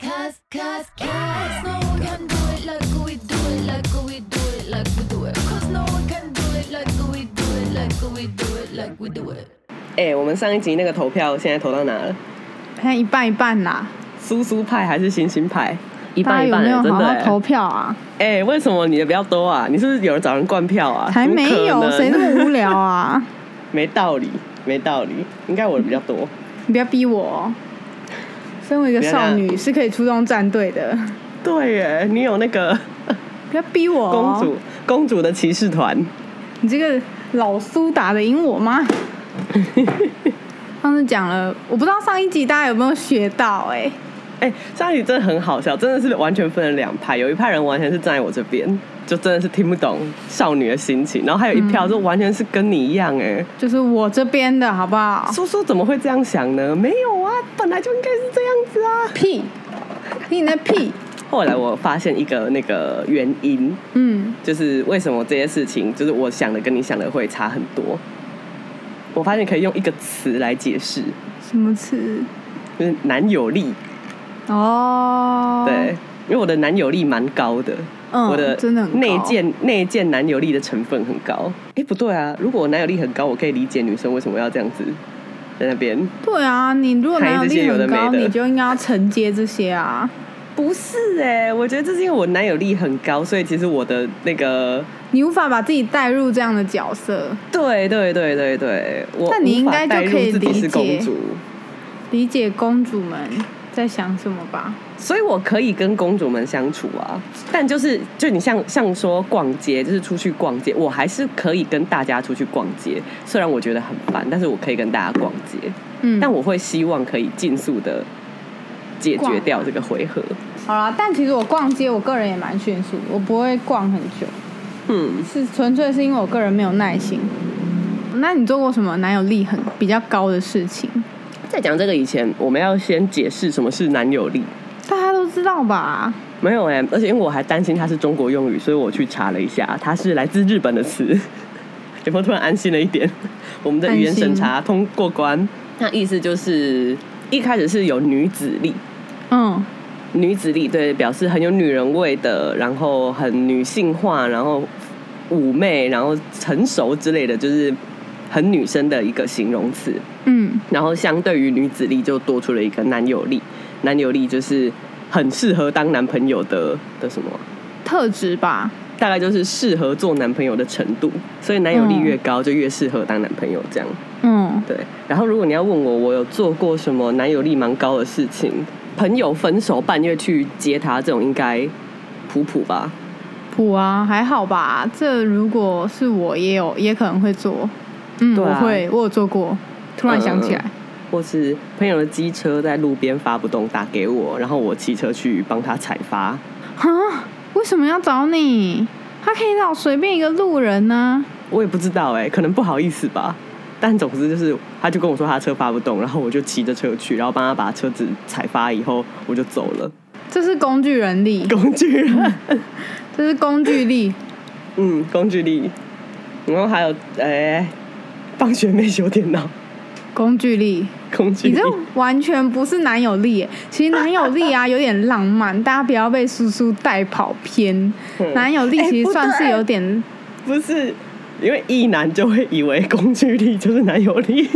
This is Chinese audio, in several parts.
Cause, cause no one can do it like we do it, like we do it, like we do it. Cause no one can do it like we do it, like we do it, like we do it. 哎、我们上一集那个投票现在投到哪了？现在一半一半啦，苏苏派还是星星派？一一半一半大家有了，没真有好的好哎、投票啊？哎、为什么你的比较多啊？你是不是有人找人灌票啊？才怎么没可有，能谁那么无聊啊？ 没道理，没道理。应该我的比较多。你不要逼我、哦。身为一个不要这少样女是可以出动战队的，对耶，你有那个不要逼我、哦。公主、，公主的骑士团，你这个老苏打得赢我 吗？上次讲了，我不知道上一集大家有没有学到哎、哎、上一集真的很好笑，真的是完全分了两派，有一派人完全是站在我这边，就真的是听不懂少女的心情，然后还有一票嗯就完全是跟你一样哎、就是我这边的好不好？叔叔怎么会这样想呢？没有啊，本来就应该是这样子啊。屁，你那 屁，后来我发现一个那个原因，嗯，就是为什么这些事情，就是我想的跟你想的会差很多。我发现可以用一个词来解释，什么词？就是男友力。哦，对，，因为我的男友力蛮高的，嗯我的真的很高内建内建男友力的成分很高。哎，不对啊，如果我男友力很高，我可以理解女生为什么要这样子在那边。对啊，你如果还男友这些力有很的没高，的你就应该要承接这些啊。不是哎、我觉得这是因为我男友力很高，所以其实我的那个你无法把自己带入这样的角色，对对对对对，我但你应该无法代就入可以自己理是解公主，理解公主们在想什么吧。所以我可以跟公主们相处啊。但就是就你像像说逛街，就是出去逛街，我还是可以跟大家出去逛街，虽然我觉得很烦，但是我可以跟大家逛街，嗯，但我会希望可以尽速的解决掉这个回合。好啦，但其实我逛街，我个人也蛮迅速的，我不会逛很久，嗯，是纯粹是因为我个人没有耐心。那你做过什么男友力很比较高的事情？在讲这个以前，我们要先解释什么是男友力。大家都知道吧？没有哎、而且因为我还担心它是中国用语，所以我去查了一下，它是来自日本的词。 有没有突然安心了一点？我们的语言审查通过关，那意思就是一开始是有女子力，嗯，女子力对表示很有女人味的，然后很女性化，然后妩媚，然后成熟之类的，就是很女生的一个形容词。嗯，然后相对于女子力就多出了一个男友力，男友力就是很适合当男朋友的的什么啊？特质吧。大概就是适合做男朋友的程度，所以男友力越高就越适合当男朋友这样。嗯，对，然后如果你要问我，我有做过什么男友力蛮高的事情？朋友分手半月去接他，这种应该普普吧？普啊，还好吧。这如果是我也有，也可能会做。嗯，对我啊呃会，我有做过。突然想起来，或是朋友的机车在路边发不动，打给我，然后我骑车去帮他采发。哈、为什么要找你？他可以找随便一个路人呢、我也不知道哎、可能不好意思吧。但总之就是，他就跟我说他车发不动，然后我就骑着车去，然后帮他把车子采发以后，我就走了。 这是工具人力，工具人。这是工 具力。嗯，工具力，然后还有哎、帮学妹修电脑，工具力，工具你力这，完全不是男友力耶。其实男友 力啊，有点浪漫，大家不要被叔叔带跑偏。嗯男友力哎其实不算是对有点，不是因为一男就会以为工具力就是男友力，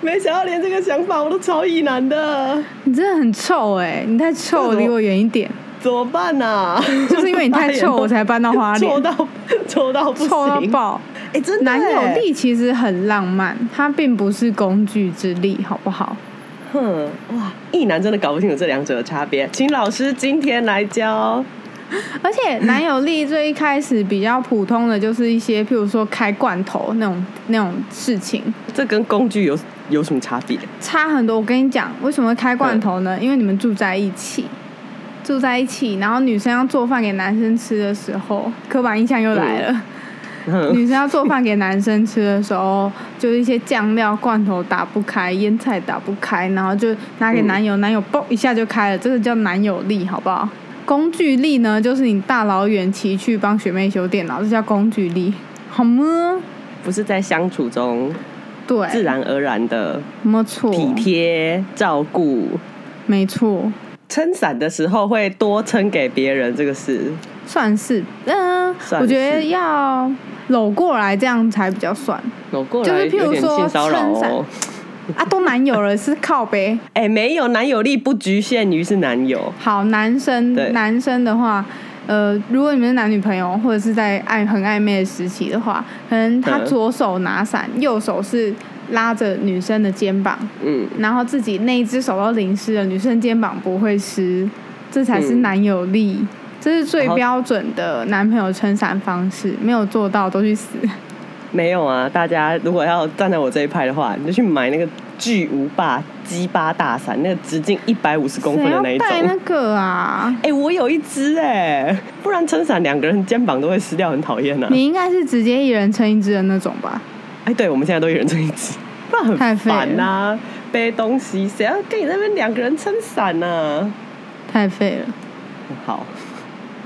没想到连这个想法我都超一男的，你真的很臭哎、你太臭这了，怎么离我远一点。怎么办呐、啊？就是因为你 太臭，我才搬到花臭莲，到臭到不行，臭到！爆。哎、真的男哎友，力其实很浪漫，它并不是工具之力，好不好？哼，哇，一男真的搞不清楚这两者的差别，请老师今天来教。而且男友力最一开始比较普通的就是一些，譬如说开罐头那种那种事情，这跟工具有有什么差别？差很多。我跟你讲，为什么会开罐头呢？因为你们住在一起，住在一起，然后女生要做饭给男生吃的时候，刻板印象又来了。 哼女生要做饭给男生吃的时候，就是一些酱料罐头打不开，腌菜打不开，然后就拿给男友，男友嘣一下就开了，这个叫男友力，好不好？工具力呢，就是你大老远骑去帮学妹修电脑，这叫工具力，好吗？不是在相处中对，自然而然的没错，体贴照顾，没错，撑伞的时候会多撑给别人这个事，算是，嗯、算我觉得是要搂过来这样才比较算走过就来是譬如有点说性骚扰撑伞哦。啊，都男友了是靠呗。哎、没有男友力不局限于是男友，好，男生对男生的话，呃，如果你们是男女朋友或者是在暧很暧昧的时期的话，可能他嗯左手拿伞，右手是拉着女生的肩膀，嗯，然后自己那一只手都淋湿了，女生肩膀不会湿，这才是嗯男友力。这是最然后标准的男朋友撑伞方式，没有做到都去死。没有啊。大家如果要站在我这一派的话，你就去买那个巨无霸鸡巴大伞，那个直径一百五十公谁分要的那一种。带那个啊？哎、我有一只哎、不然撑伞两个人肩膀都会湿掉，很讨厌啊。你应该是直接一人撑一只的那种吧？哎、对，我们现在都一人撑一只，不然太很废烦呐、背东西，谁要跟你那边两个人撑伞呢？太废了，好，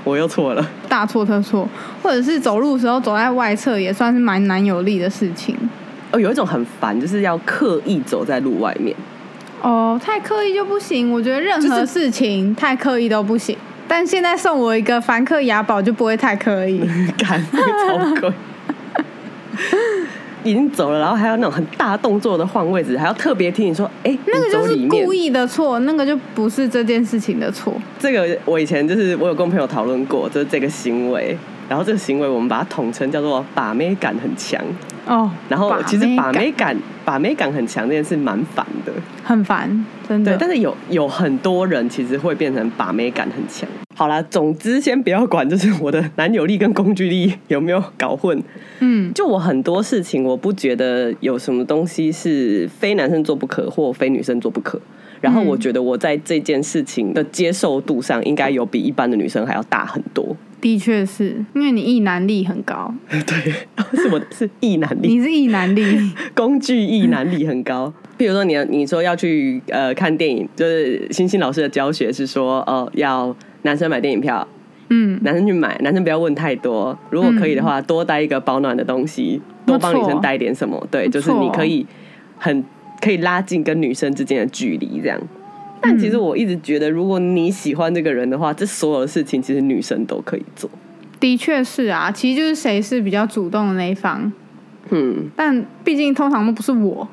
我又错了。大错特错。或者是走路的时候走在外侧，也算是蛮难有力的事情。哦，有一种很烦，就是要刻意走在路外面。 哦，太刻意就不行。我觉得任就何是事情太刻意都不行。但现在送我一个凡克雅宝就不会太刻 意。干，超贵。 已经走了，然后还有那种很大动作的换位置，还要特别听你说，哎、那个你走就是里面故意的错，那个就不是这件事情的错。这个我以前就是我有跟朋友讨论过，就是这个行为，然后这个行为我们把它统称叫做把妹感很强。哦，然后其实把把妹感把妹感很强这件事蛮烦的，很烦，真对的。。但是有有很多人其实会变成把妹感很强。好啦，总之先不要管，就是我的男友力跟工具力有没有搞混。嗯，就我很多事情，我不觉得有什么东西是非男生做不可或非女生做不可。然后我觉得我在这件事情的接受度上，应该有比一般的女生还要大很多。的确是因为你意难力很高， 对，是我的是异男力，你是意难 力。工具异男力很 高。譬如说你，你说要去呃看电影，就是星星老师的教学是说，哦，要男生买电影票，嗯，男生去买，男生不要问太多。如果可以的话，多带一个保暖的东西，多不错帮女生带点什么。对，不就是错你可以很可以拉近跟女生之间的距离，这样。但其实嗯我一直觉得，如果你喜欢这个人的话，这所有的事情其实女生都可以做。的确是啊，其实就是谁是比较主动的那一方，嗯但毕竟通常都不是我，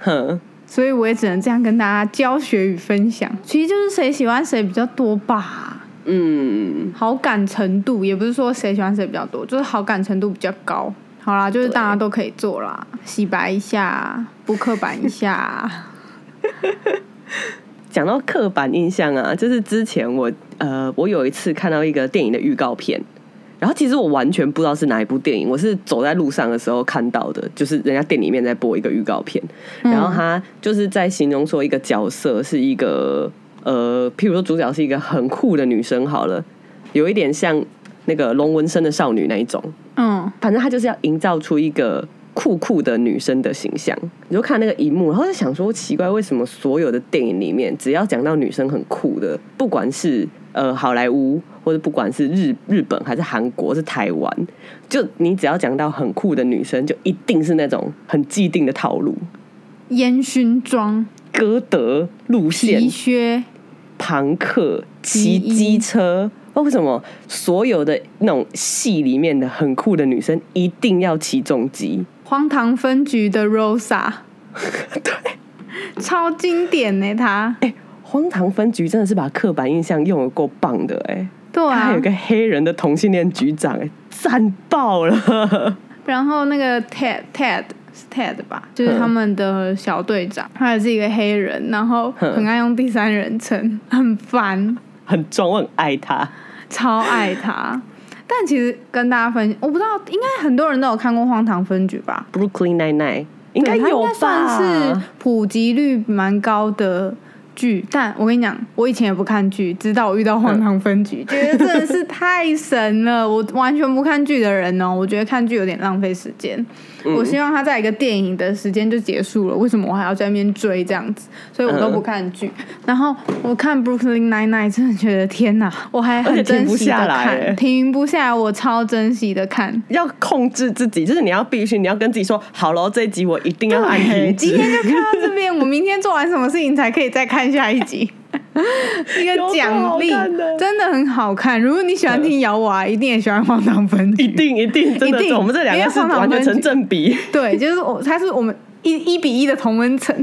哼，所以我也只能这样跟大家教学与分享。其实就是谁喜欢谁比较多吧，嗯，好感程度也不是说谁喜欢谁比较多，就是好感程度比较高。好啦，就是大家都可以做啦，洗白一下，不刻板一下，讲到刻板印象啊，就是之前我呃，我有一次看到一个电影的预告片，然后其实我完全不知道是哪一部电影，我是走在路上的时候看到的，就是人家店里面在播一个预告片，然后他就是在形容说一个角色是一个呃，譬如说主角是一个很酷的女生好了，有一点像那个龙纹身的少女那一种，嗯，反正他就是要营造出一个酷酷的女生的形象。你就看那个荧幕，然后就想说，奇怪，为什么所有的电影里面，只要讲到女生很酷的，不管是呃好莱坞，或者不管是日日本还是韩国，是台湾，就你只要讲到很酷的女生，就一定是那种很既定的套路，烟熏妆、歌德路线皮、靴，朋克、骑机车。哦，为什么所有的那种戏里面的很酷的女生一定要骑重机？荒唐分局的 Rosa，对，超经典呢、她，哎、荒唐分局真的是把刻板印象用的够棒的哎、对他还啊有一，个黑人的同性恋局长哎、赞爆了！ 然后那个 Ted Ted 是 Ted 吧，就是他们的小队长，他也是一个黑人，然后嗯很爱用第三人称， 很烦，很壮，我很爱他。超爱他。但其实跟大家分享，我不知道，应该很多人都有看过《荒唐分局》吧？ Brooklyn Nine Nine 应该对它有应该吧？算是普及率蛮高的剧。但我跟你讲，我以前也不看剧，直到我遇到《荒唐 分局》，觉得真的是太神了。我完全不看剧的人哦，我觉得看剧有点浪费时间。嗯我希望它在一个电影的时间就结束了，为什么我还要在那边追这样子？所以我都不看剧。嗯然后我看《Brooklyn Nine Nine》，真的觉得天哪，我而还且很停珍不惜下的来欸看，停不下来，我超珍惜的看。要控制自己，就是你要必须，你要跟自己说，好喽，这一集我一定要按对停今止。 天就看到这边，我明天做完什么事情才可以再看下一集？一有个够奖励好看的，真的很好看。如果你喜欢听摇娃，一定也喜欢荒唐 分 局。一定一定真的一，定我们这两因个为是荒唐完全分成局正比。对，就是我，它是我们一一比一的同温层。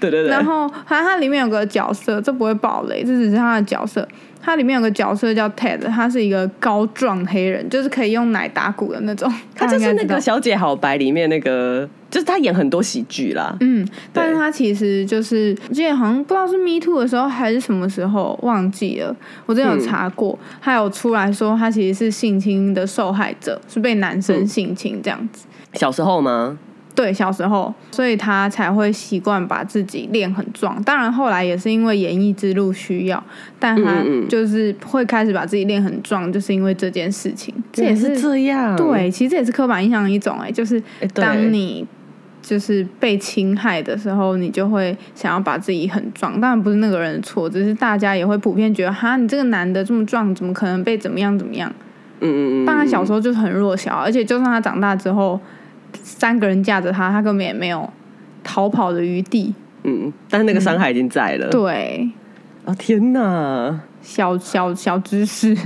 对对对，然后，反正它里面有个角色，这不会爆雷，这只是它的角色。它里面有个角色叫 Ted，他是一个高壮黑人，就是可以用奶打鼓的那种。他就是那大家应该知道个《小姐好白》里面那个，就是他演很多喜剧啦。嗯，但是对他其实就是，我记得好像不知道是 Me Too 的时候还是什么时候忘记了，我之前嗯有查过，他有出来说他其实是性侵的受害者，是被男嗯生性侵这样子。小时候吗？对，小时候，所以他才会习惯把自己练很壮。当然，后来也是因为演艺之路需要，但他嗯嗯嗯就是会开始把自己练很壮，就是因为这件事情。这也原来是这样，对，其实这也是刻板印象的一种、哎，就是哎对当你就是被侵害的时候，你就会想要把自己很壮。当然不是那个人的错，只是大家也会普遍觉得，哈，你这个男的这么壮，怎么可能被怎么样怎么样？嗯嗯嗯，但他小时候候就是很弱小，而且就算他长大之后，三个人架着他，他根本也没有逃跑的余地。嗯，但是那个伤害已经在了。对，啊，天哪！小小小知识。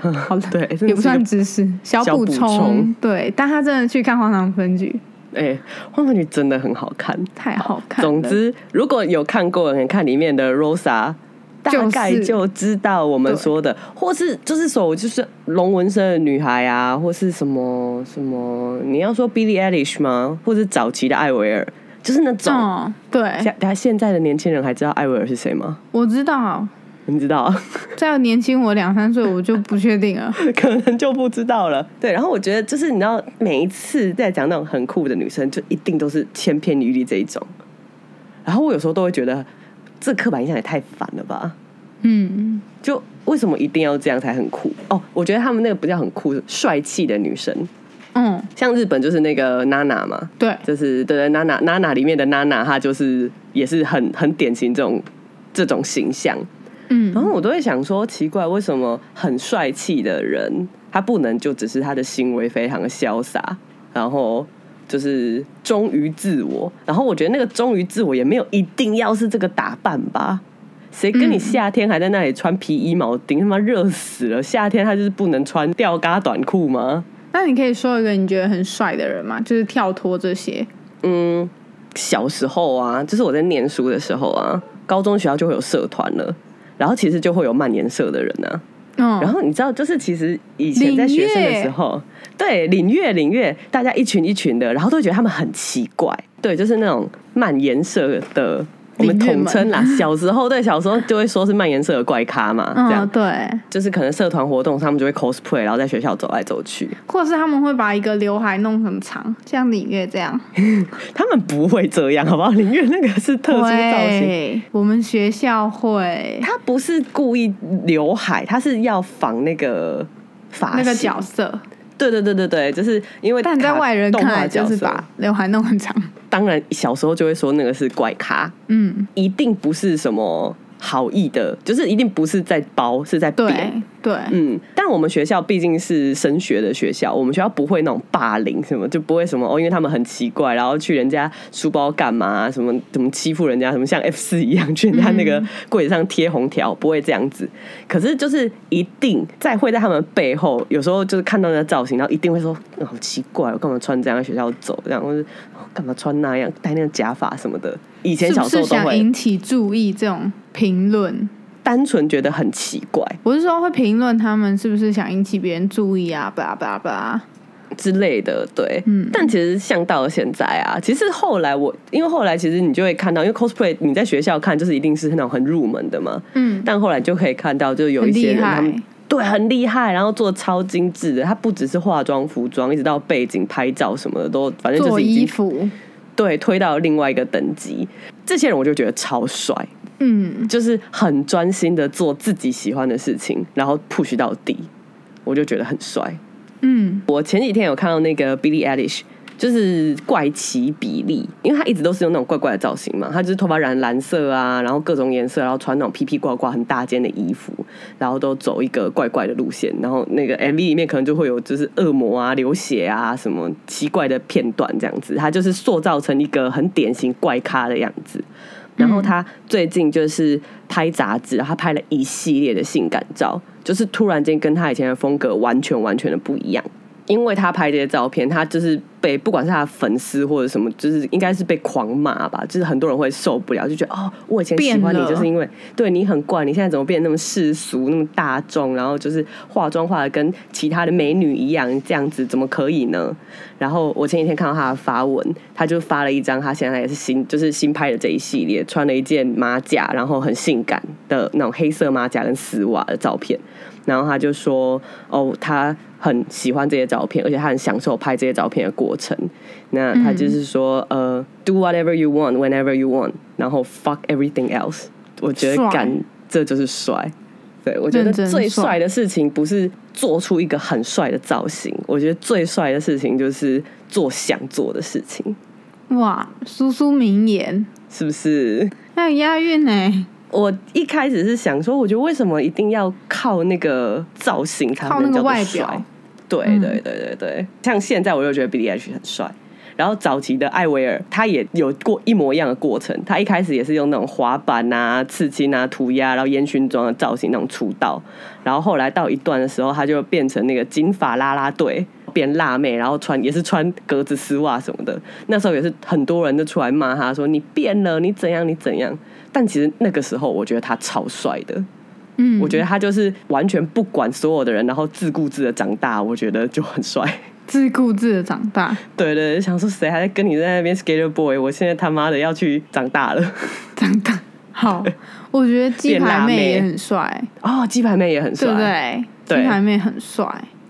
好了，对真的也不是一算个知识，小小补补充对，但他真的去看《荒唐分局》，哎、荒唐女真的很好看。太好看了。总之，如果有看过的人看里面的 Rosa，就大是概就知道我们说的，或是就是说，就是龙纹身的女孩啊，或是什么什么，你要说 Billie Eilish 吗？或是早期的艾薇儿，就是那种。嗯，对，现等下现在的年轻人还知道艾薇儿是谁吗？我知道，你知道，再年轻我两三岁，我就不确定啊 了。可能就不知道了。对，然后我觉得就是你知道，每一次在讲那种很酷的女生，就一定都是千篇一律这一种。然后我有时候都会觉得，这刻板印象也太烦了吧？嗯，就为什么一定要这样才很酷？哦，我觉得他们那个不叫很酷，帅气的女生，嗯，像日本就是那个娜娜嘛，对，就是对对娜娜娜娜里面的娜娜，她就是也是很很典型这种这种形象。嗯，然后我都会想说，奇怪，为什么很帅气的人，他不能就只是他的行为非常的潇洒，然后就是忠于自我。然后我觉得那个忠于自我也没有一定要是这个打扮吧。谁跟你嗯夏天还在那里穿皮衣毛巾，他妈热死了！夏天他就是不能穿吊嘎短裤吗？那你可以说一个你觉得很帅的人嘛，就是跳脱这些。嗯，小时候啊，就是我在念书的时候啊，高中学校就会有社团了，然后其实就会有蔓延社的人啊。嗯，然后你知道，就是其实以前在学生的时候，对领月领月，大家一群一群的，然后都会觉得他们很奇怪，对，就是那种蔓延社的，我们领月统称啦，小时候对小时候就会说是蔓延社的怪咖嘛，这样、嗯，对，就是可能社团活动他们就会 cosplay，然后在学校走来走去，或者是他们会把一个刘海弄很长，像李月这 样。他们不会这样，好不好？领月那个是特殊造型。对，我们学校会他不是故意刘海，他是要仿那个发型。那个角色，对对对对对，就是因为但在卡外人动看画来就角是色把刘海弄很长。当然小时候就会说那个是怪咖，嗯，一定不是什么好意的，就是一定不是在包，是在贬。对对，嗯，但我们学校毕竟是升学的学校，我们学校不会那种霸凌什么，就不会什么哦，因为他们很奇怪，然后去人家书包干嘛，什么怎么欺负人家，什么像 F 四一样去人家那个柜子上贴红条，不会这样子。可是就是一定在会在他们背后，有时候就是看到那个造型，然后一定会说、嗯好奇怪，我干嘛穿这样在学校走，这样或者哦干嘛穿那样戴那个假发什么的。以前是小不时候是都想会引起注意这种评论？单纯觉得很奇怪我是说会评论他们是不是想引起别人注意啊，巴拉巴拉巴拉。之类的，对，嗯但其实像到了现在啊，其实后来我，因为后来其实你就会看到，因为 cosplay 你在学校看就是一定是那种很入门的嘛，嗯，但后来就可以看到，就是有一很些厉人他们害。对很厉害，然后做超精致的，他不只是化妆、服装，一直到背景、拍照什么的都，反正就做是已衣经服，对推到另外一个等级。这些人我就觉得超帅，嗯，就是很专心的做自己喜欢的事情，然后 push 到底，我就觉得很帅。嗯，我前几天有看到那个 Billie Eilish，就是怪奇比利，因为她一直都是用那种怪怪的造型嘛，她就是头发染蓝色啊，然后各种颜色，然后穿那种披披挂挂很大件的衣服，然后都走一个怪怪的路线，然后那个 MV 里面可能就会有就是恶魔啊、流血啊什么奇怪的片段这样子，她就是塑造成一个很典型怪咖的样子。然嗯后她最近就是拍杂志，然后她拍了一系列的性感照，就是突然间跟她以前的风格完全完全的不一样。因为她拍这些照片，她就是被不管是她的粉丝或者什么，就是应该是被狂骂吧，就是很多人会受不了，就觉得哦，我以前喜欢你变了就是因为对你很怪，你现在怎么变得那么世俗、那么大众，然后就是化妆化的跟其他的美女一样，这样子怎么可以呢？然后我前几天看到他的发文，他就发了一张他现在也是新就是新拍的这一系列，穿了一件马甲，然后很性感的那种黑色马甲跟丝袜的照片。然后他就说：“哦，他很喜欢这些照片，而且他很享受拍这些照片的过程。那他就是说，呃，do whatever you want, whenever you want，然后 fuck everything else。我觉得帅感这就是帅。对我觉得认真最帅帅的事情不是做出一个很帅的造型，我觉得最帅的事情就是做想做的事情，哇，苏苏名言，是不是？还有押韵呢、我一开始是想说，我觉得为什么一定要靠那个造型才靠那能个叫做外帅表？对嗯对对对对，像现在我就觉得 B D H 很帅。然后早期的艾薇儿，他也有过一模一样的过程。他一开始也是用那种滑板啊、刺青啊、涂鸦，然后烟熏妆的啊造型那种出道。然后后来到一段的时候，他就变成那个金发啦啦队，变辣妹，然后穿也是穿格子丝袜什么的。那时候也是很多人就出来骂他说：“你变了，你怎样，你怎样。”但其实那个时候，我觉得他超帅的。嗯，我觉得他就是完全不管所有的人，然后自顾自的长大，我觉得就很帅。自顾自的长大，对对，对想说谁还在跟你在那边 skater boy？我现在他妈的要去长大了。长大 好。我觉得鸡变辣排妹妹也很帅，哦，鸡排妹也很帅，对不对？鸡对排妹很帅，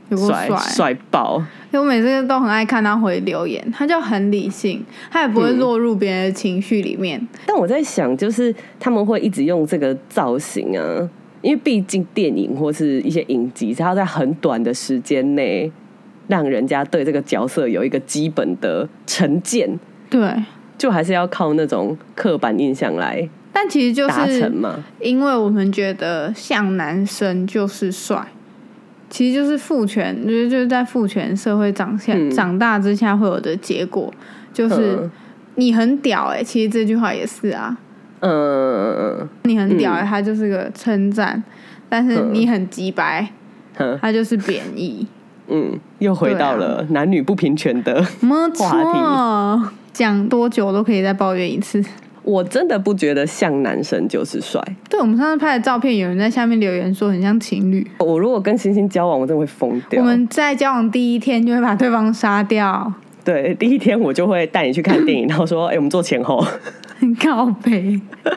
有够帅帅爆，因为我每次都很爱看他回留言，他就很理性，他也不嗯会落入别人的情绪里面。但我在想，就是他们会一直用这个造型啊，因为毕竟电影或是一些影集，它要在很短的时间内让人家对这个角色有一个基本的成见，对，就还是要靠那种刻板印象来但其实就达成是嘛。因为我们觉得像男生就是帅，其实就是父权，就是就是在父权社会长下、嗯长大之下会有的结果，就是嗯你很屌哎、其实这句话也是啊，嗯你很屌哎、它就是个称赞，但是嗯你很鸡白，嗯它就是贬义。嗯，又回到了男女不平权的。没话错，讲多久都可以再抱怨一次。我真的不觉得像男生就是帅。对我们上次拍的照片，有人在下面留言说很像情侣。我如果跟星星交往，我真的会疯掉。我们在交往第一天就会把对方杀掉，对第一天我就会带你去看 电影，然后说：“哎、我们坐前后。很告白。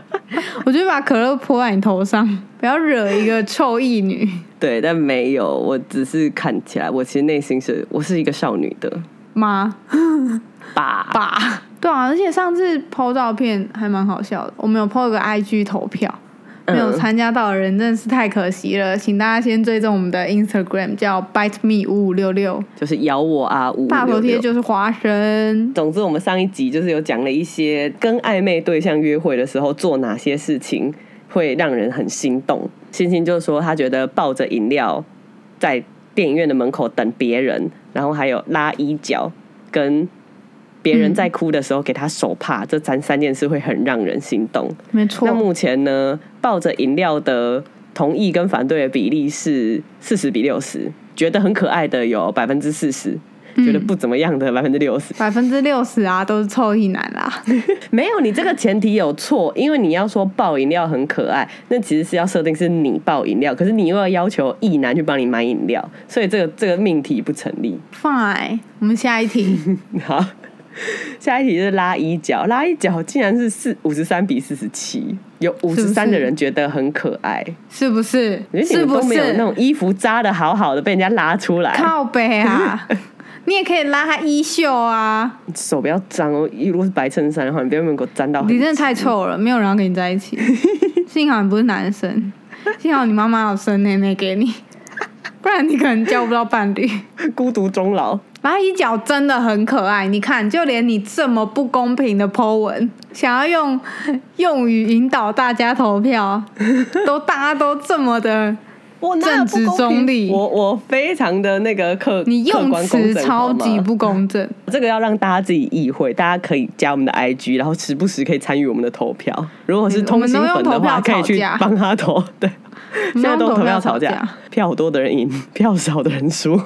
我就会把可乐泼在你头上，不要惹一个臭义女。”对，但没有，我只是看起来，我其实内心是我是一个少女的妈吧。爸，对啊，而且上次 PO 照片还蛮好笑的，我们有 PO 个 IG 投票，没有嗯参加到的人真的是太可惜了，请大家先追踪我们的 Instagram 叫 bite me 五五六六，就是咬我啊，五五大头六贴六。就是花生，总之，我们上一集就是有讲了一些跟暧昧对象约会的时候做哪些事情会让人很心动。星星就说他觉得抱着饮料在电影院的门口等别人，然后还有拉衣角跟别人在哭的时候给他手帕，这三三件事会很让人心动。没错那，目前呢，抱着饮料的同意跟反对的比例是四十比六十，觉得很可爱的有百分之四十，觉得不怎么样的百分之六十。百分之六十啊都是臭意男啦。 没有，你这个前提有错，因为你要说抱饮料很可爱，那其实是要设定是你抱饮料，可是你又要要求异男去帮你买饮料，所以这个这个命题不成立。 Fine，我们下一题，好，下一题是拉衣角，拉衣角竟然是四五十三比四十七，有五十三的人觉得很可爱，是不是？我觉得是你们不都没有那是？种衣服扎的好好的被人家拉出来，靠北 啊！你也可以拉他衣袖啊！手不要脏哦，如果是白衬衫的话，你不要给我沾到很你真的太臭了，没有人要跟你在 一起。幸好你不是男生，幸好你妈妈有生妹妹 给你，不然你可能交不到伴侣。孤独终老。蚂蚁脚真的很可爱，你看，就连你这么不公平的 Po 文，想要用 用语引导大家投票，都大家都这么的我哪有正不直公平中立，我我非常的那个客，你客用观公词正超级。好吗不公正。这个要让大家自己意会，大家可以加我们的 IG，然后时不时可以参与我们的投票。如果是通勤粉的话，嗯我们都用投票吵可以去架帮他投。对，我现们都用在都投票吵投票吵架架，票多的人赢，票少的人输。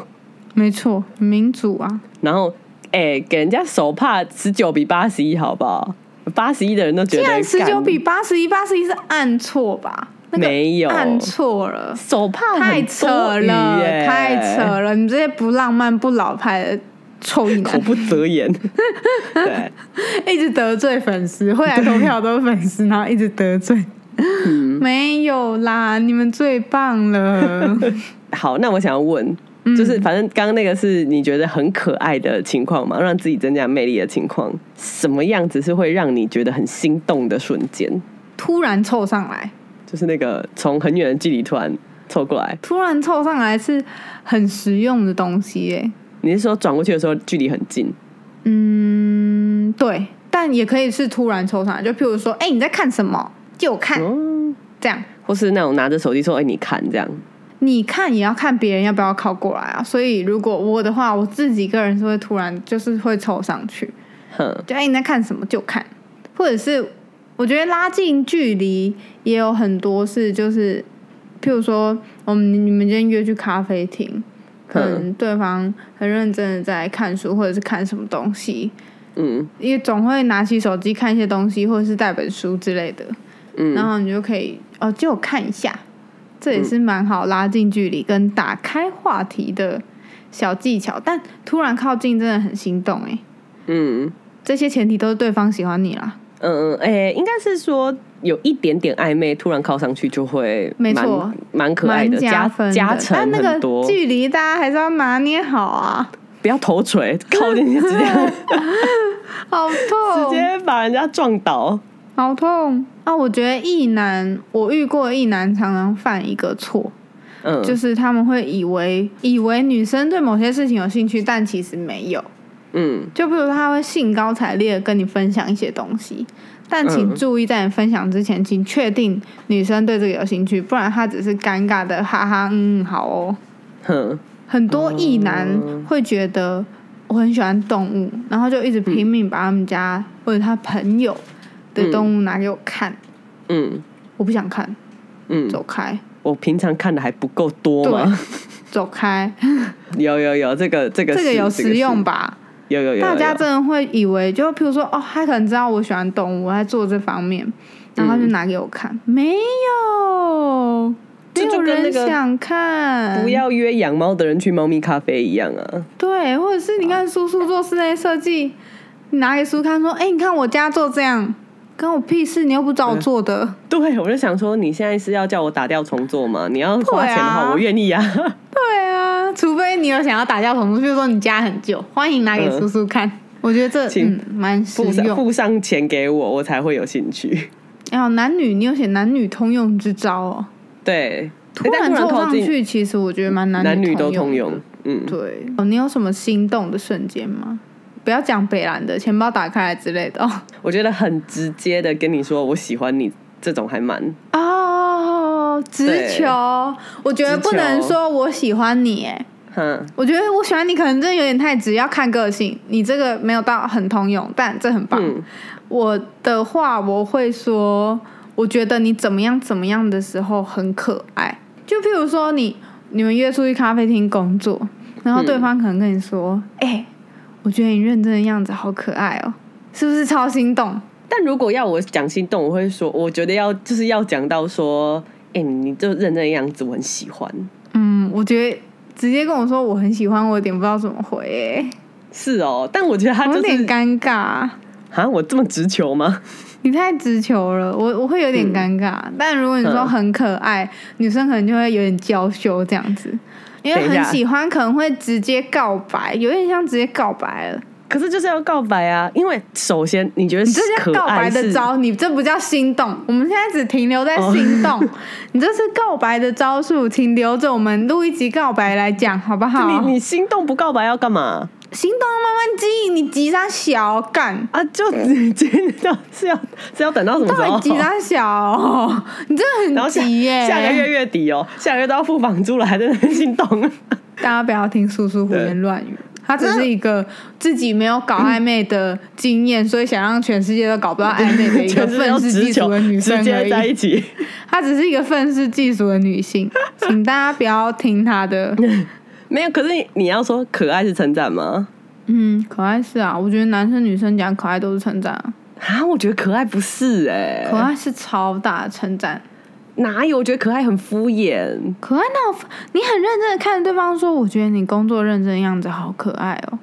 没错，民主啊，然后，哎、给人家手帕十九比八十一，好不好？八十一的人都觉既得然十九干比八十一，八十一是按错吧？那个没有按错了。手帕很太扯多了余耶，太扯了！你这些不浪漫、不老派的臭一口男，不择 言。对，一直得罪粉丝，会来投票都是粉丝，然后一直得罪。嗯没有啦，你们最棒 了。好，那我想要问，嗯就是反正刚刚那个是你觉得很可爱的情况嘛，让自己增加魅力的情况，什么样子是会让你觉得很心动的瞬间？突然凑上来，就是那个从很远的距离突然凑过来，突然凑上来是很实用的东西耶、你是说转过去的时候距离很近？嗯，对，但也可以是突然抽上来，就譬如说，哎、你在看什么？就看、哦，这样，或是那种拿着手机说：“哎、你看这样。你看也要看别人要不要靠过来啊。所以如果我的话，我自己个人是会突然就是会抽上去，”哼，就哎、你在看什么就看，或者是我觉得拉近距离也有很多是就是，譬如说我们你们今天约去咖啡厅，可能对方很认真的在看书或者是看什么东西，嗯也总会拿起手机看一些东西，或者是带本书之类的，然嗯，后你就可以哦，借我看一下，这也是蛮好拉近距离跟打开话题的小技巧。但突然靠近真的很心动哎，嗯这些前提都是对方喜欢你啦，嗯嗯，哎、应该是说有一点点暧昧，突然靠上去就会没蛮错，蛮可爱蛮的，加分的。加成但那很多个距离大家还是要拿捏好啊，不要头锤， 靠近就直接好痛，直接把人家撞倒。好痛啊！我觉得一男，我遇过一男常常犯一个错，嗯，就是他们会以为以为女生对某些事情有兴趣，但其实没有。嗯就比如他会兴高采烈的跟你分享一些东西，但请嗯注意，在你分享之前，请确定女生对这个有兴趣，不然她只是尴尬的哈哈嗯嗯好哦。哼，很多异男会觉得我很喜欢动物，然后就一直拼命把他们家或者他朋友的动物拿给我看，嗯我不想看，嗯，走开，我平常看的还不够多吗？走 开，有有有，这个这个这个是有实用？这个是吧？有有有有，大家有真的会以为，就譬如说，哦，他可能知道我喜欢动物，我在做这方面，然后他就拿给我看，没有，没这就有跟那人个想看，不要约养猫的人去猫咪咖啡一样啊！对，或者是你看叔叔做室内设计，你拿给叔看说，哎、你看我家做这样，关我屁事，你又不找我做的，对，我就想说，你现在是要叫我打掉重做吗？你要花钱的对话，啊我愿意 啊。对啊，除非你有想要打掉重复，譬如说你家很旧，欢迎拿给叔叔看，我觉得这嗯请嗯蛮实付上用。付上钱给我，我才会有兴趣。哎呦，男女你有写男女通用之招哦。对，哎突但然凑靠上近，去，其实我觉得蛮男男女都通通用用的。。嗯，对，哦，你有什么心动的瞬间吗？不要讲北兰的钱包打开来之类的哦。我觉得很直接的跟你说我喜欢你，这种还蛮哦，直对球，我觉得直不能球说我喜欢你，哎，哼。我觉得我喜欢你可能真的有点太直，要看个性。你这个没有到很通用，但这很棒。嗯我的话，我会说，我觉得你怎么样怎么样的时候很可爱。就譬如说你你们约出去咖啡厅工作，然后对方可能跟你说：“哎、我觉得你认真的样子好可爱哦，是不是超心动但如果要我讲心动，我会说，我觉得要就是要讲到说，哎、你就认真的样子，我很喜欢。？”嗯，我觉得直接跟我说我很喜欢，我有点不知道怎么回、欸，是哦，但我觉得他就我有点是尴尬。啊，我这么直球吗？ 你太直球了，我我会有点尴尬。但如果你说嗯很可爱，女生可能就会有点娇羞这样子，因为等一下很喜欢可能会直接告白，有点像直接告白了。可是就是要告白啊，因为首先你觉得你这可叫告白爱的是，招，你这不叫心动。我们现在只停留在哦心动， 你这是告白的招数，请留着我们录一集告白来讲好不好？你你心动不告白要干嘛？行动慢慢记，你急啥小干？啊，就 直接要是要是要等到什么时到候？底急啥小？ 你真 的然后很下急耶！下个月月底哦，下个月都要付房租了，还在那边心动。大家不要听叔叔胡言乱语，他只是一个自己没有搞暧昧的经验，所以想让全世界都搞不到暧昧的一个全是要愤世直嫉球俗的女直生而接在一已。起， 她只是一个愤世嫉俗的女性，请大家不要听她的。没有。可是你你要说可爱是称赞吗？嗯，可爱是啊，我觉得男生女生讲可爱都是称赞啊，啊，我觉得可爱不是哎、可爱是超大的称赞。哪有？我觉得可爱很敷衍。可爱那种你很认真的看着对方说，我觉得你工作认真的样子好可爱哦。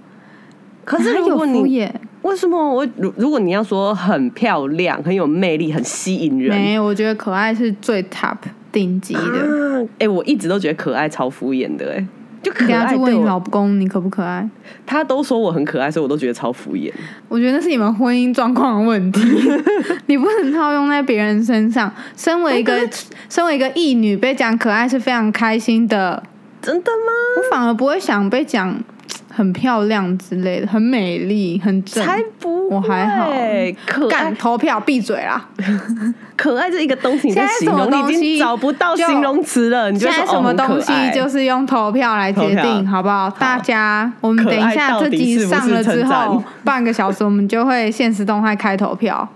可是哪如有果敷你衍，为什么我如如果你要说很漂亮、很有魅力、很吸引人，没，我觉得可爱是最 top 顶级的。啊，哎、我一直都觉得可爱超敷衍的、哎，就哦可你等下爱去对问你我老公你可不可爱？他都说我很可爱，所以我都觉得超敷衍。我觉得那是你们婚姻状况 的问题，你不能套用在别人身上。身哎为一个身为一个义女，被讲可爱是非常开心的，真的吗？我反而不会想被讲很漂亮之类的，很美丽，很正。才不会，我还好可干爱投票闭嘴啦！可爱这一个东西，你在现在形什么容东你已西经找不到就形容词了，你就现在说什么东西哦很可爱就是用投票来决投定，票好不好？大家，我们可等爱一下到这底集是不上是了之称赞后，半个小时我们就会限时动态开投 票。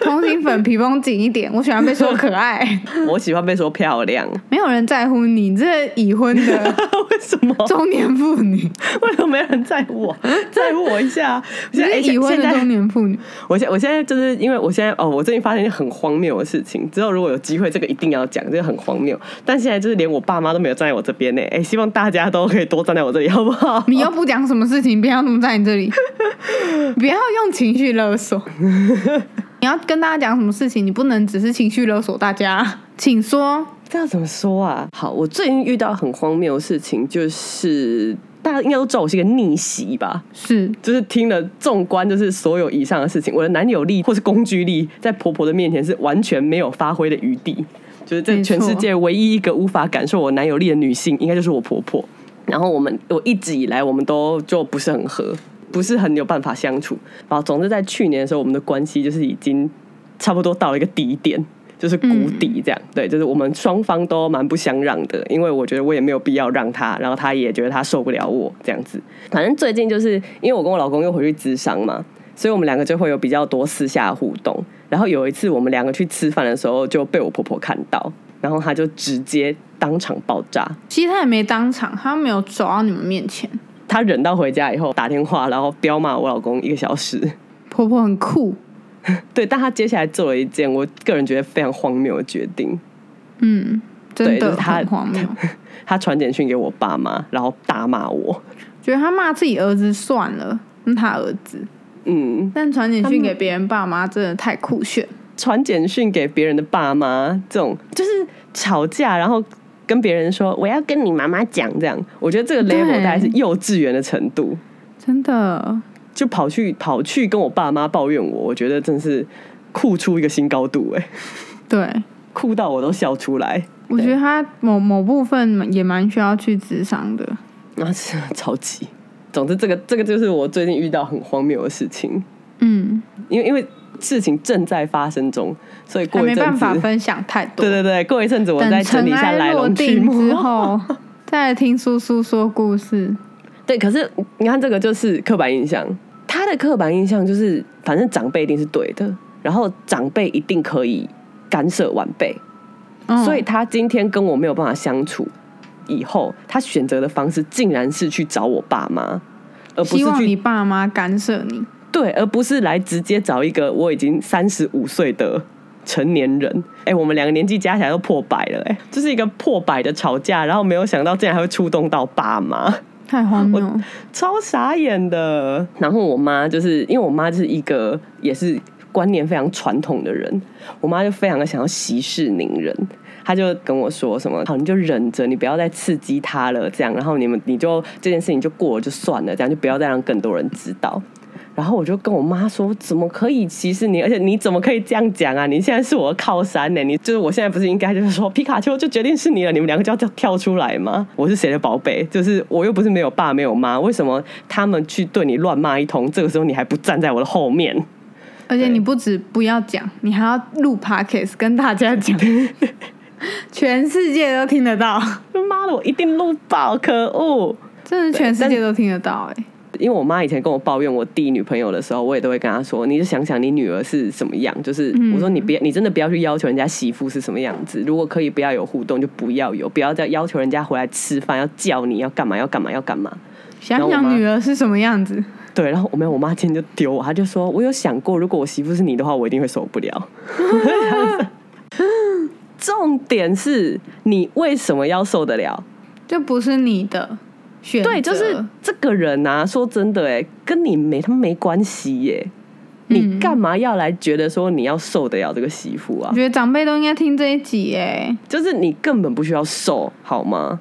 同情粉皮绷紧一点，我喜欢被说可爱， 我喜欢被说漂亮， 没有人在乎你这已婚的为什么？中年妇女，为什么没有人在乎我？ 在乎我一 下？你现在哦是而且已婚现的在中年妇女。我现我现在就是因为我现在哦，我最近发现一件很荒谬的事情。之后如果有机会，这个一定要讲，这个很荒谬。但现在就是连我爸妈都没有站在我这边呢。哎，希望大家都可以多站在我这里，好不好？ 你又不讲什么事情，别人要怎么在你这里？不要用情绪勒 索。你要跟大家讲什么事情，你不能只是情绪勒索大家，请说。这要怎么说啊？好，我最近遇到很荒谬的事情，就是大家应该都知道我是一个逆袭吧。是就是听了纵观，就是所有以上的事情，我的男友力或是工具力，在婆婆的面前是完全没有发挥的余地。就是这没错全世界唯一一个无法感受我男友力的女性，应该就是我婆婆。然后我们，我一直以来我们都就不是很合，不是很有办法相处。然后，总之在去年的时候，我们的关系就是已经差不多到了一个低点，就是谷底这样。对，就是我们双方都蛮不相让的，因为我觉得我也没有必要让他，然后他也觉得他受不了我这样子。反正最近就是因为我跟我老公又回去咨商嘛，所以我们两个就会有比较多私下的互动。然后有一次我们两个去吃饭的时候，就被我婆婆看到，然后她就直接当场爆炸。其实他也没当场，他没有走到你们面前。她忍到回家以后打电话，然后彪骂我老公一个小时。婆婆很酷，对，但她接下来做了一件我个人觉得非常荒谬的决定，嗯，真对就的是他很荒谬。她传简讯给我爸妈，然后大骂我。觉得他骂自己儿子算了，那他儿子，嗯，但传简他讯们给别人爸妈真的太酷炫。传简讯给别人的爸妈，这种就是吵架，然后跟别人说我要跟你妈妈讲这样，我觉得这个对 level 大概是幼稚园的程度，真的，就跑去跑去跟我爸妈抱怨我，我觉得真是酷出一个新高度哎、对，酷到我都笑出来我觉得他某某部分也蛮需要去智商的。啊，是超级。总之，这个这个就是我最近遇到很荒谬的事情，嗯，因为因为事情正在发生中，所以还过一啊没办阵子法，分享太多。对对对，过一阵子我再等整理尘一下埃来落龙去定脉之后，再来听叔叔说故事。对，可是你看这个就是刻板印象，他的刻板印象就是，反正长辈一定是对的，然后长辈一定可以干涉晚辈，嗯所以他今天跟我没有办法相处，以后他选择的方式竟然是去找我爸妈，而不希是望你去爸妈干涉你。对，而不是来直接找一个我已经三十五岁的。成年人，哎、我们两个年纪加起来都破百了、哎，这是一个破百的吵架，然后没有想到竟然还会触动到爸妈，太荒谬了！超傻眼的。然后我妈就是因为我妈就是一个也是观念非常传统的人，我妈就非常的想要息事宁人。她就跟我说什么，好，你就忍着，你不要再刺激她了，这样，然后你们你就这件事情就过了就算了，这样就不要再让更多人知道。然后我就跟我妈说，怎么可以歧视你？而且你怎么可以这样讲啊？你现在是我的靠山呢、你就是我现在不是应该就是说皮卡丘就决定是你了，你们两个就要跳跳出来吗？我是谁的宝贝？就是我又不是没有爸没有妈，为什么他们去对你乱骂一通，这个时候你还不站在我的后面？而且你不止不要讲，你还要录 podcast 跟大家 讲，全世界都听得到，妈的，我一定录爆，可恶！真的全世界都听得到哎、因为我妈以前跟我抱怨我弟女朋友的时候，我也都会跟她说，你就想想你女儿是什么样，就是、我说你别，你真的不要去要求人家媳妇是什么样子，如果可以不要有互动就不要有，不要再要求人家回来吃饭要叫你要干嘛要干嘛要干嘛。想想女儿是什么样子，对，然后我没有，我妈今天就丢我，她就说我有想过，如果我媳妇是你的话，我一定会受不了。 重点是你为什么要受得了？就不是你的选择，对，就是这个人啊，说真的，哎，跟你没他们没关系耶。你嗯干嘛要来觉得说你要受得了这个媳妇啊我？觉得长辈都应该听这一集哎、就是你根本不需要受，好吗？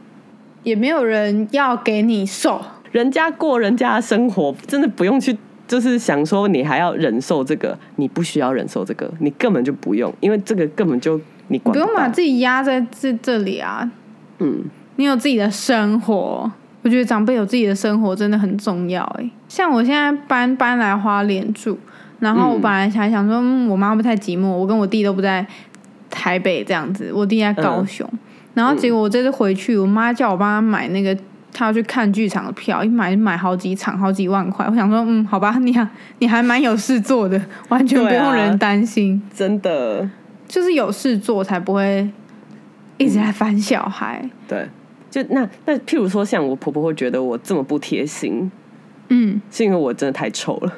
也没有人要给你受，人家过人家的生活，真的不用去，就是想说你还要忍受这个，你不需要忍受这个，你根本就不用，因为这个根本就你管不用到把自己压在这这里啊，嗯，你有自己的生活。我觉得长辈有自己的生活真的很重要哎、像我现在搬搬来花莲住，然后我嗯本来想想说，嗯我妈不太寂寞，我跟我弟都不在台北这样子，我弟在高嗯雄。然后结果我这次回去，我妈叫我帮她买那个她要去看剧场的票，一买买好几场，好几万块。我想说，嗯，好吧， 你还你还蛮有事做的，完全不对啊用人担心，真的，就是有事做才不会一直嗯在烦小孩。对，就那那譬如说，像我婆婆会觉得我这么不贴心，嗯，是因为我真的太丑了，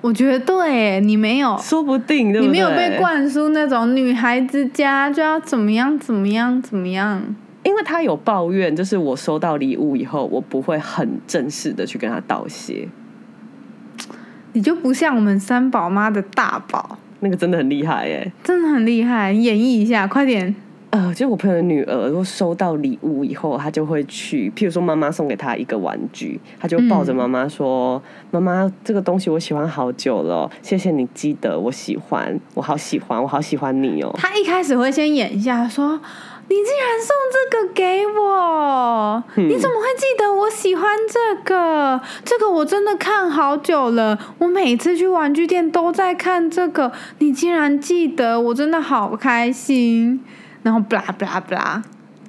我觉得对，你没有，说不定对不对？你没有被，灌输那种女孩子家就要怎么样怎么样怎么样。因为她有抱怨，就是我收到礼物以后，我不会很正式的去跟她道谢，你就不像我们三宝妈的大宝，那个真的很厉害耶。真的很厉害，你演绎一下，快点。呃，就我朋友的女儿，如果收到礼物以后，她就会去，譬如说妈妈送给她一个玩具，她就抱着妈妈说：“妈妈，这个东西我喜欢好久了，谢谢你记得我喜欢，我好喜欢，我好喜欢你哦。”她一开始会先演一下，说：“你竟然送这个给我，嗯你怎么会记得我喜欢这个？这个我真的看好久了，我每次去玩具店都在看这个，你竟然记得，我真的好开心。”然后不啦不啦不啦，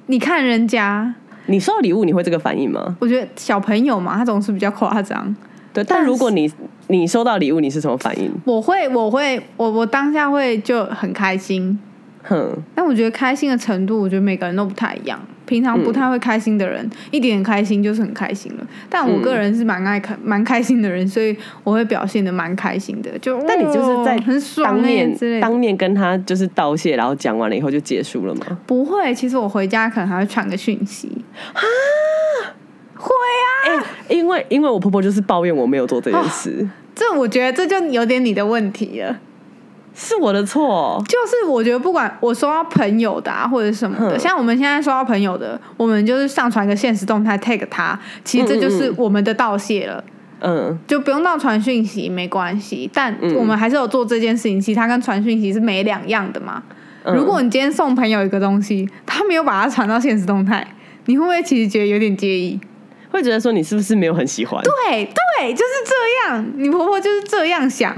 你看人家， 你收到礼物你会这个反应吗？我觉得小朋友嘛，他总是比较夸张。对，但但如果你你收到礼物，你是什么反应？我会，我会，我我当下会就很开心，哼，但我觉得开心的程度，我觉得每个人都不太一样。嗯平常不太会开心的人，一点点开心就是很开心了。但我嗯个人是蛮爱开、蛮开心的人，所以我会表现的蛮开心的。就但你就是在哦很爽当欸面、之类的，当面跟他就是道谢，然后讲完了以后就结束了吗？不会。其实我回家可能还会传个讯息啊，会啊。因为因为我婆婆就是抱怨我没有做这件事，这我觉得这就有点你的问题了。是我的错。哦就是我觉得不管我收到朋友的、啊、或者什么的，哼像我们现在收到朋友的，我们就是上传个现实动态 tag 他，其实这就是嗯嗯嗯我们的道谢了。嗯，就不用到传讯息没关系，但嗯我们还是有做这件事情，其实它跟传讯息是没两样的嘛。嗯如果你今天送朋友一个东西，他没有把它传到现实动态，你会不会其实觉得有点介意？会觉得说你是不是没有很喜欢？对对，就是这样，你婆婆就是这样想。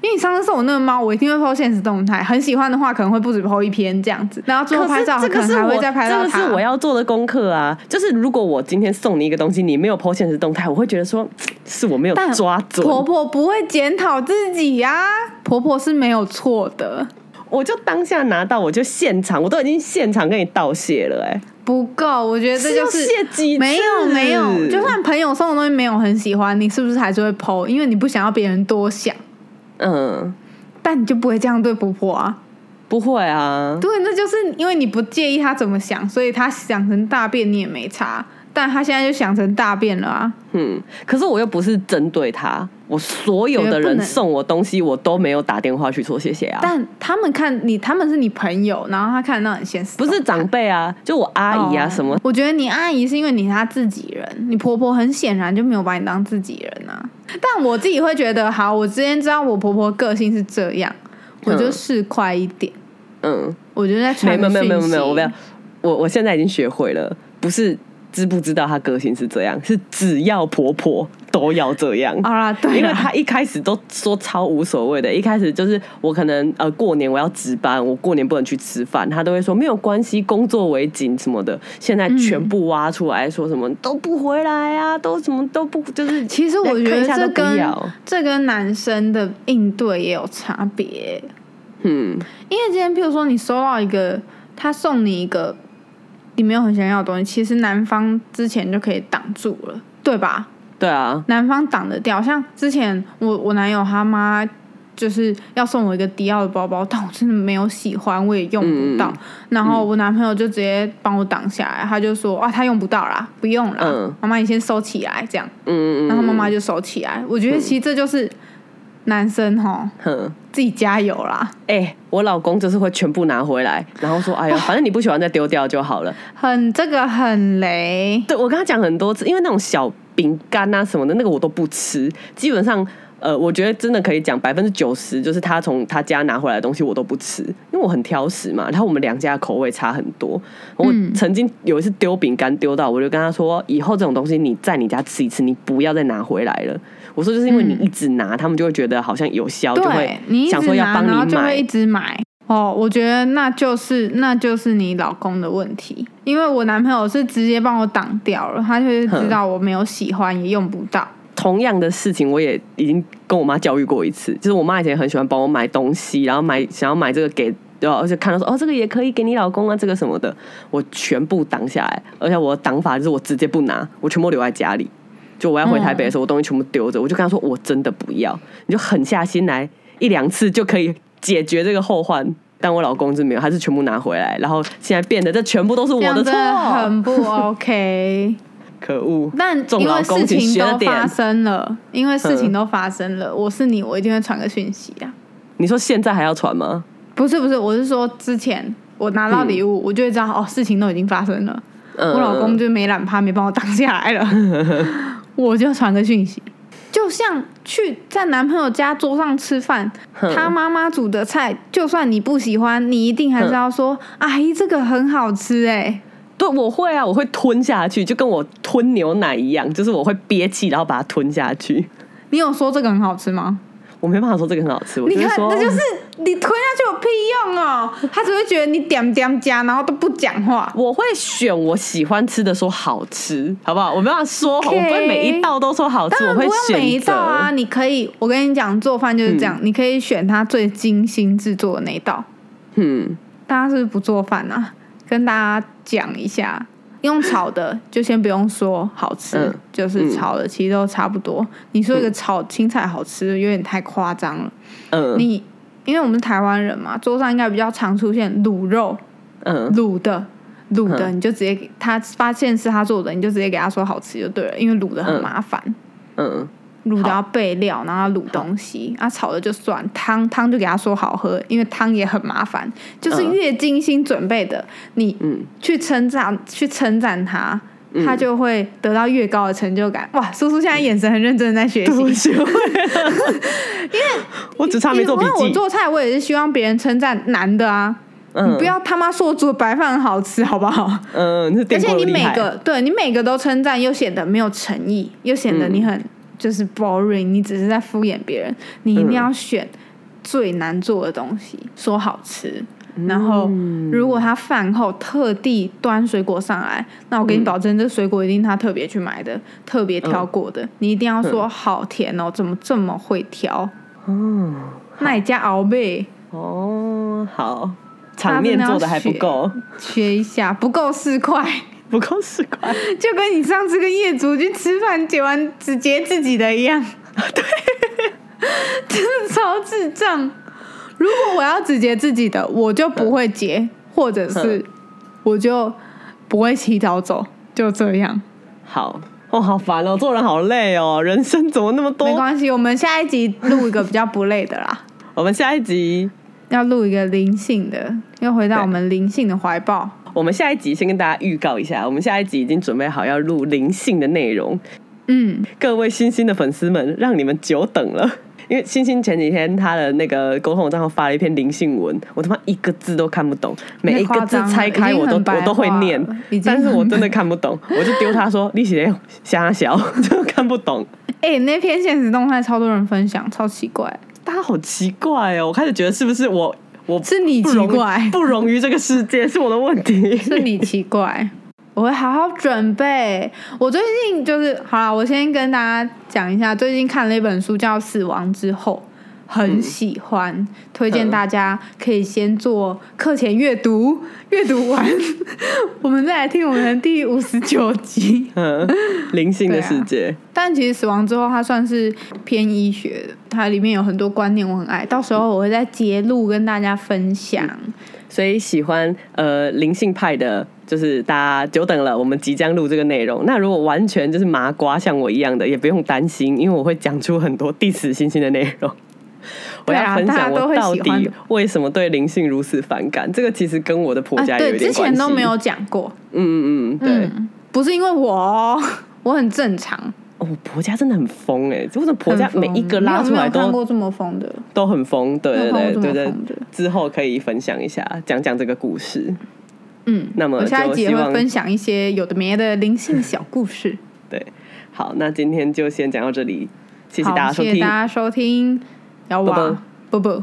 因为你上次送我那个猫，我一定会 po 现实动态，很喜欢的话可能会不止 po 一篇这样子，然后最后可啊拍是照这个可是能还我会再拍到这它。个是我要做的功课啊！就是如果我今天送你一个东西，你没有 po 现实动态，我会觉得说嘖是我没有但抓准。婆婆不会检讨自己呀、婆婆是没有错的。我就当下拿到，我就现场，我都已经现场跟你道谢了、哎，不够，我觉得这就是是要谢几次没有没有，就算朋友送的东西没有很喜欢，你是不是还是会剖？因为你不想要别人多想，嗯，但你就不会这样对婆婆啊。不会啊，对，那就是因为你不介意她怎么想，所以她想成大便你也没差，但她现在就想成大便了啊。嗯，可是我又不是针对他，我所有的觉得不人能送我东西，我都没有打电话去说谢谢啊。但他们看你，他们是你朋友，然后他看到很现实，不是长辈啊，就我阿姨啊哦什么，我觉得你阿姨是因为你是她自己人，你婆婆很显然就没有把你当自己人啊。但我自己会觉得，好，我之前知道我婆婆个性是这样，我就嗯试快一点。嗯，我就在传没有没有没有没有没讯息有，我不要，我我现在已经学会了，不是知不知道她个性是这样，是只要婆婆都要这样。好啦，对啦，因啊为她一开始都说超无所谓的，一开始就是我可能呃过年我要值班，我过年不能去吃饭，她都会说没有关系，工作为紧什么的。现在全部挖出来说什么、都不回来啊，都什么都不 就是。其实我觉看得一下这都不跟要这跟男生的应对也有差别，嗯因为今天譬如说你收到一个他送你一个你没有很想要的东西，其实男方之前就可以挡住了，对吧？对啊，男方挡得掉，像之前我我男友他妈。就是要送我一个迪奥的包包，但我真的没有喜欢，我也用不到。嗯然后我男朋友就直接帮我挡下来，他就说：“啊，他用不到啦，不用啦，嗯妈妈你先收起来。”这样，嗯嗯嗯，然后妈妈就收起来。我觉得其实这就是男生哈， 哼。自己加油啦，哎、我老公就是会全部拿回来，然后说：“哎呀，反正你不喜欢再丢掉就好了。很这个很雷”，对我跟他讲很多次，因为那种小饼干啊什么的，那个我都不吃。基本上，呃，我觉得真的可以讲百分之九十，就是他从他家拿回来的东西我都不吃，因为我很挑食嘛。然后我们两家口味差很多。我嗯曾经有一次丢饼干丢到，我就跟他说：“以后这种东西你在你家吃一次，你不要再拿回来了。”我说：“就是因为你嗯一直拿，他们就会觉得好像有销，就会对你一想直说要拿，帮然后你就会买一。直买。哦，我觉得那就是那就是你老公的问题，因为我男朋友是直接帮我挡掉了，他就是知道我没有喜欢，也用不到。同样的事情，我也已经跟我妈教育过一次，就是我妈以前很喜欢帮我买东西，然后买想要买这个给，对吧？而且看到说哦，这个也可以给你老公啊，这个什么的，我全部挡下来，而且我的挡法就是我直接不拿，我全部留在家里。就我要回台北的时候，我东西全部丢着，我就跟她说我真的不要，你就狠下心来一两次就可以解决这个后患。但我老公是没有，他是全部拿回来，然后现在变得这全部都是我这样的真错，很不 OK。 可恶。但重因老为公事请情学都点发生了，因为事情嗯都发生了，我是你，我一定会传个讯息啊。你说现在还要传吗？不是不是，我是说之前我拿到礼物，我就会知道哦，事情都已经发生了，嗯我老公就没懒趴，没帮我挡下来了， 我就传个讯息。就像去在男朋友家桌上吃饭，哼他妈妈煮的菜，就算你不喜欢，你一定还是要说：“阿姨，这个很好吃哎、对，我会啊，我会吞下去，就跟我吞牛奶一样，就是我会憋气，然后把它吞下去。你有说这个很好吃吗？我没办法说这个很好吃，我你就看，说那就是你吞下去有屁用哦！他只会觉得你点点加，然后都不讲话。我会选我喜欢吃的说好吃，好不好？我没办法说 OK 我不会每一道都说好吃，当我然会不用每一选择。道啊，你可以，我跟你讲，做饭就是这样，你可以选它最精心制作的那一道。嗯，大家是不是不做饭啊？跟大家讲一下，用炒的就先不用说好吃，嗯就是炒的其实都差不多。你说一个炒青菜好吃，有点太夸张了。嗯你因为我们是台湾人嘛，桌上应该比较常出现卤肉，嗯，卤的卤的，嗯你就直接给他发现是他做的，你就直接给他说好吃就对了，因为卤的很嗯麻烦。嗯卤的要备料，然后要卤东西，啊，炒的就算汤汤就给他说好喝，因为汤也很麻烦，就是嗯越精心准备的，你嗯，去称赞去称赞他，嗯他就会得到越高的成就感。哇，叔叔现在眼神很认真的在学对不习，起， 因为我只差没做笔因为我记。做菜，我也是希望别人称赞难的啊，嗯你不要他妈说我煮的白饭很好吃，好不好？嗯，你是而电且锅你厉每害。个对你每个都称赞，又显得没有诚意，又显嗯得你很、就是 boring，你只是在敷衍别人。你嗯一定要选最难做的东西，说好吃。嗯然后，如果他饭后特地端水果上来，那我嗯给你保证，这水果一定他特别去买的，特别挑过的。你一定要说好甜哦，怎么这么会挑？嗯那你家熬贝哦，好，场面做的还不够，缺一下，不够四块。不够 十块。就跟你上次跟业主去吃饭，结完只结自己的一样， 对，真的超智障。如果我要只结自己的，我就不会嗯结，或者是我就不会洗澡走，就这样。好哦，好烦哦，做人好累哦，人生怎么那么没多？关系，我们下一集录一个比较不累 的啦，我们下一集，要录一个灵性的，又回到我们灵性的怀抱。我们下一集先跟大家预告一下，我们下一集已经准备好要录灵性的内容。嗯，各位星星的粉丝们，让你们久等了。因为星星前几天他的那个沟通账号发了一篇灵性文，我他妈一个字都看不懂，每一太个夸字张了拆开已经我都很白我都会话念了已，经但是我很真的看不懂，我就丢他说你写瞎 小，就看不懂。哎、那篇现实动态超多人分享，超奇怪，大家好奇怪哦，我开始觉得是不是我我是你不奇容怪，不容于这个世界是我的问题。是你奇怪。我会好好准备。我最近就是好了，我先跟大家讲一下，最近看了一本书叫《死亡之后》，很喜欢，推荐大家可以先做课前阅读，阅读完我们再来听我们的第五十九集。 嗯，灵性啊的世界，但其实死亡之后，它算是偏医学的，它里面有很多观念我很爱，到时候我会再揭露跟大家分享。所以喜欢呃灵性派的，就是大家久等了，我们即将录这个内容。那如果完全就是麻瓜像我一样的，也不用担心，因为我会讲出很多地死星星的内容。我对啊要分大享家都我会到喜欢底的为什么对灵性如此反感，这个其实跟我的婆啊，家也有对，一点之关系。前都没有讲过，嗯，嗯嗯，对。嗯，不是因为我哦，我很 正常。哦，我婆家真的很疯哎、欸，为什么婆家很每疯一个拉你有出来没有看都过这么疯的，都很疯？对对没有看对过这对么对疯的，之后可以分享一下，讲讲这个故事。嗯。那么我下一就集希也会望分享一些有的没的灵性小故事。对，好，那今天就先讲到这里，谢谢好大家收谢听，谢大家收听，要啵啵哇，不不。